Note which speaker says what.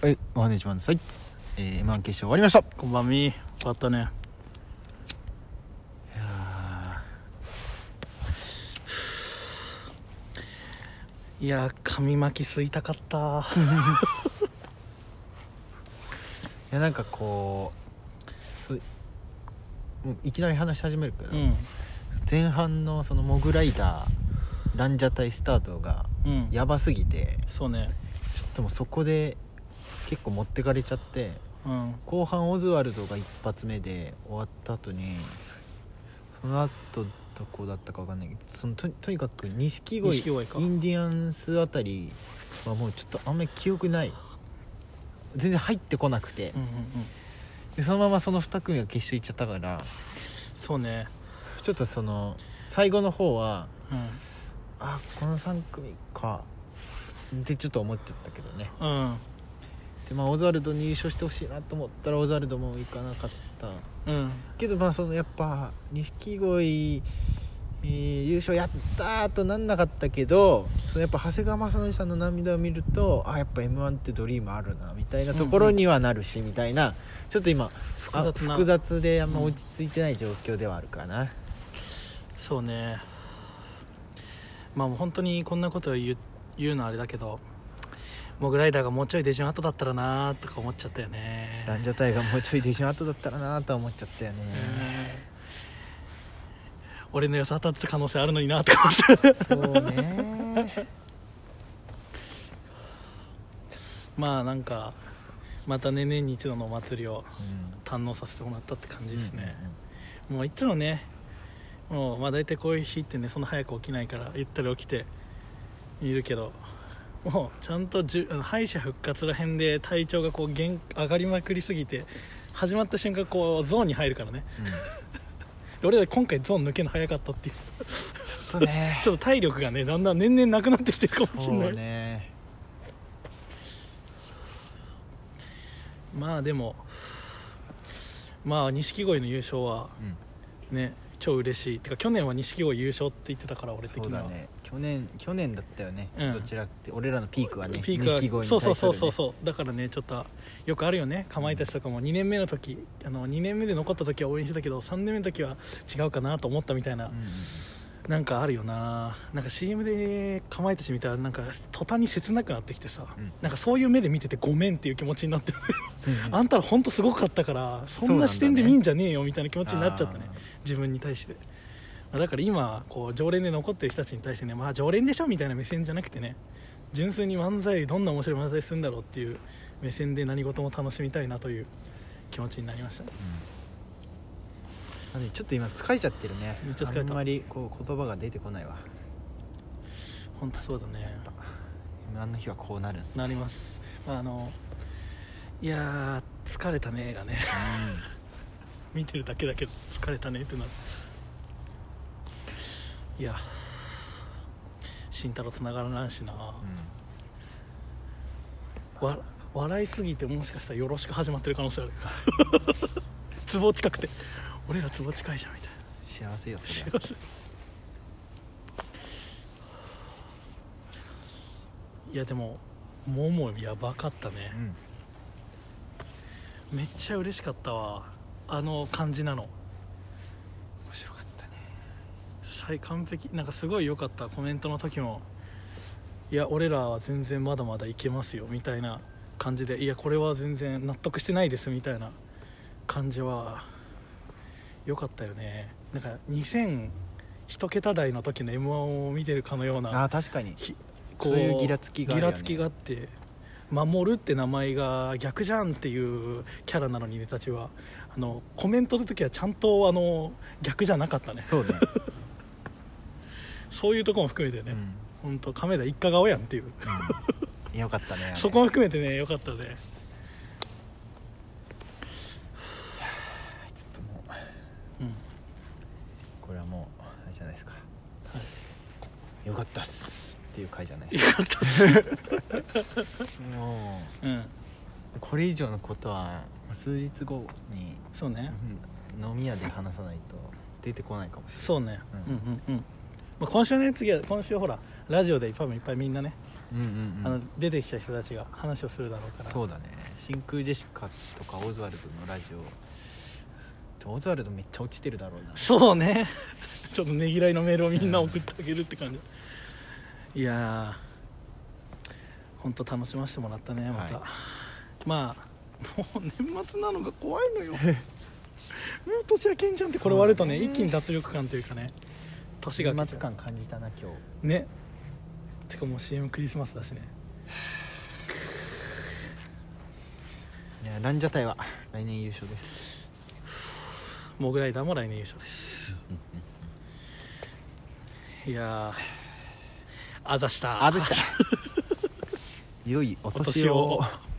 Speaker 1: はい、お話しします。はい。えー、M1 決勝終わりました。い
Speaker 2: こんばんみ終わったね
Speaker 1: や
Speaker 2: いやー紙巻き吸いたかった
Speaker 1: ーいやなんかこう、そうもういきなり話し始めるけど、
Speaker 2: うん
Speaker 1: 前半のそのモグライダー、ランジャタイスタートが
Speaker 2: うん
Speaker 1: やばすぎて、
Speaker 2: そうね
Speaker 1: ちょっともうそこで結構持ってかれちゃって、
Speaker 2: うん
Speaker 1: 後半オズワルドが一発目で終わった後に、その後どこだったかわかんないけど、そのととにかく錦鯉、
Speaker 2: 錦鯉か
Speaker 1: インディアンスあたりはもうちょっとあんまり記憶ない。全然入ってこなくて、
Speaker 2: うんうんうん
Speaker 1: でそのままその2組が決勝行っちゃったから
Speaker 2: そうね
Speaker 1: ちょっとその最後の方は
Speaker 2: う
Speaker 1: あこの3組かってちょっと思っちゃったけどね
Speaker 2: んうん
Speaker 1: でまあオズワルドに優勝してほしいなと思ったらオズワルドも行かなかった
Speaker 2: うん
Speaker 1: けどまあそのやっぱ錦鯉、えー優勝やったーとなんなかったけどそのやっぱ長谷川雅紀さんの涙を見るとあやっぱ m 1ってドリームあるなみたいなところにはなるし、みたいなちょっと今
Speaker 2: 複雑な
Speaker 1: あ複雑であんま落ち着いてない状況ではあるかな、
Speaker 2: そうねまあもう本当にこんなことを言う言うのはあれだけどモグライダーがもうちょい出順後だったらなーとか思っちゃったよね
Speaker 1: ランジャタイがもうちょい出しの後だったらなとは思っちゃったよね、
Speaker 2: 俺の良さ当たってた可能性あるのになとか思って
Speaker 1: そうね
Speaker 2: まあなんかまたね年に一度のお祭りを堪能させてもらったって感
Speaker 1: う
Speaker 2: じ
Speaker 1: ん
Speaker 2: ですね、もういつもねもうまあ大体こういう日ってねそんな早く起きないからゆったり起きているけどもうちゃんとじゅあの敗者復活らへんで体調がこう限上がりまくりすぎて始まった瞬間こうゾーンに入るからね
Speaker 1: うんうん
Speaker 2: で俺ら今回ゾーン抜けるの早かったっていう
Speaker 1: ちょっとね
Speaker 2: ちょっと体力がねだんだん年々なくなってきてるかもし
Speaker 1: そ
Speaker 2: れな
Speaker 1: う
Speaker 2: い、
Speaker 1: ね
Speaker 2: まあでもまあ錦鯉の優勝は
Speaker 1: うん
Speaker 2: ね超嬉しいてか去年は錦鯉優勝って言ってたから俺的
Speaker 1: そう
Speaker 2: には
Speaker 1: だね去年去年だったよね、
Speaker 2: うん
Speaker 1: どちらかって俺らのピークはね
Speaker 2: ピークは、
Speaker 1: 錦鯉に
Speaker 2: そ
Speaker 1: 対
Speaker 2: う
Speaker 1: する、
Speaker 2: そう
Speaker 1: ね、
Speaker 2: そうそうそうだからねちょっとよくあるよねかまいたちとかも2年目の時あの2年目で残った時は応援してたけど3年目の時は違うかなと思ったみたいな、
Speaker 1: うんうんうん
Speaker 2: なんかあるよななんか CM でかまいたち見たらなんか途端に切なくなってきてさ、
Speaker 1: うん
Speaker 2: なんかそういう目で見ててごめんっていう気持ちになって
Speaker 1: うんうん
Speaker 2: あんたら本当すごかったからそんな視点で見んじゃねえよみたいな気持ちになっちゃったね自分に対してまあだから今こう常連で残ってる人たちに対してねまあ常連でしょみたいな目線じゃなくてね純粋に漫才どんな面白い漫才するんだろうっていう目線で何事も楽しみたいなという気持ちになりましたね
Speaker 1: あのねちょっと今疲れちゃってるね
Speaker 2: めっちゃ疲れた
Speaker 1: あんまりこう言葉が出てこないわ
Speaker 2: 本当そうだね
Speaker 1: あの日はこうなるんすね
Speaker 2: なります、まあ、あのいやー疲れたねがね見てるだけだけど疲れたねってなるいや慎太郎つながらないしな、
Speaker 1: うんうん
Speaker 2: わ笑いすぎてもしかしたらよろしく始まってる可能性あるツ ボ近くて俺らツボ近いじゃんみたい
Speaker 1: 幸せよ
Speaker 2: な
Speaker 1: そ
Speaker 2: 幸
Speaker 1: れ
Speaker 2: せいやでもももやばかったね
Speaker 1: う、ん
Speaker 2: めっちゃ嬉しかったわあの感じなの
Speaker 1: 面白かったね
Speaker 2: 最完璧なんかすごい良かったコメントの時もいや俺らは全然まだまだいけますよみたいな感じでいやこれは全然納得してないですみたいな感じは良かったよねなんか2000一桁台の時の m 1を見てるかのよう
Speaker 1: あー
Speaker 2: な
Speaker 1: 確かに
Speaker 2: ひ
Speaker 1: そういうギラつきがあるよね
Speaker 2: ギラつきがあって守るって名前が逆じゃんっていうキャラなのにねたちはあのコメントの時はちゃんとあの逆じゃなかったね
Speaker 1: そうね、
Speaker 2: そういうとこも含めて
Speaker 1: う
Speaker 2: ね、
Speaker 1: ん
Speaker 2: 本当亀田一家顔やんっていう、
Speaker 1: うん、よかったねあれ
Speaker 2: そこも含めてね良かったね
Speaker 1: ちょっともう
Speaker 2: うん
Speaker 1: これはもうあれじゃないですか、よかったっすっていう回じゃない
Speaker 2: 良かったっ
Speaker 1: すも
Speaker 2: うん
Speaker 1: うこれ以上のことは数日後に
Speaker 2: そうね
Speaker 1: うん飲み屋で話さないと出てこないかもしれない
Speaker 2: そうね、
Speaker 1: う
Speaker 2: うん、うんうんまあ、今週ね次は今週ほらラジオで多分いっぱいみんなね
Speaker 1: うんうんうん
Speaker 2: あの出てきた人たちが話をするだろうから
Speaker 1: そうだね真空ジェシカとかオズワルドのラジオオズワルドめっちゃ落ちてるだろうな
Speaker 2: そうねちょっとねぎらいのメールをみんな送ってあげるって感じ、いやー本当楽しませてもらったねまた、
Speaker 1: は
Speaker 2: まあもう年末なのが怖いのよもう年明けんじゃんってこれ割るとね
Speaker 1: そうだね
Speaker 2: 一気に脱力感というかね年が
Speaker 1: 年
Speaker 2: 明
Speaker 1: 末
Speaker 2: けちゃう
Speaker 1: 感感じたな今
Speaker 2: ねてかもう CM クリスマスだしね
Speaker 1: 日いやランジャタイは来年優勝です
Speaker 2: モグライダーも来年優勝ですいやーあざし た
Speaker 1: あずした良いお
Speaker 2: お
Speaker 1: 年を
Speaker 2: 年を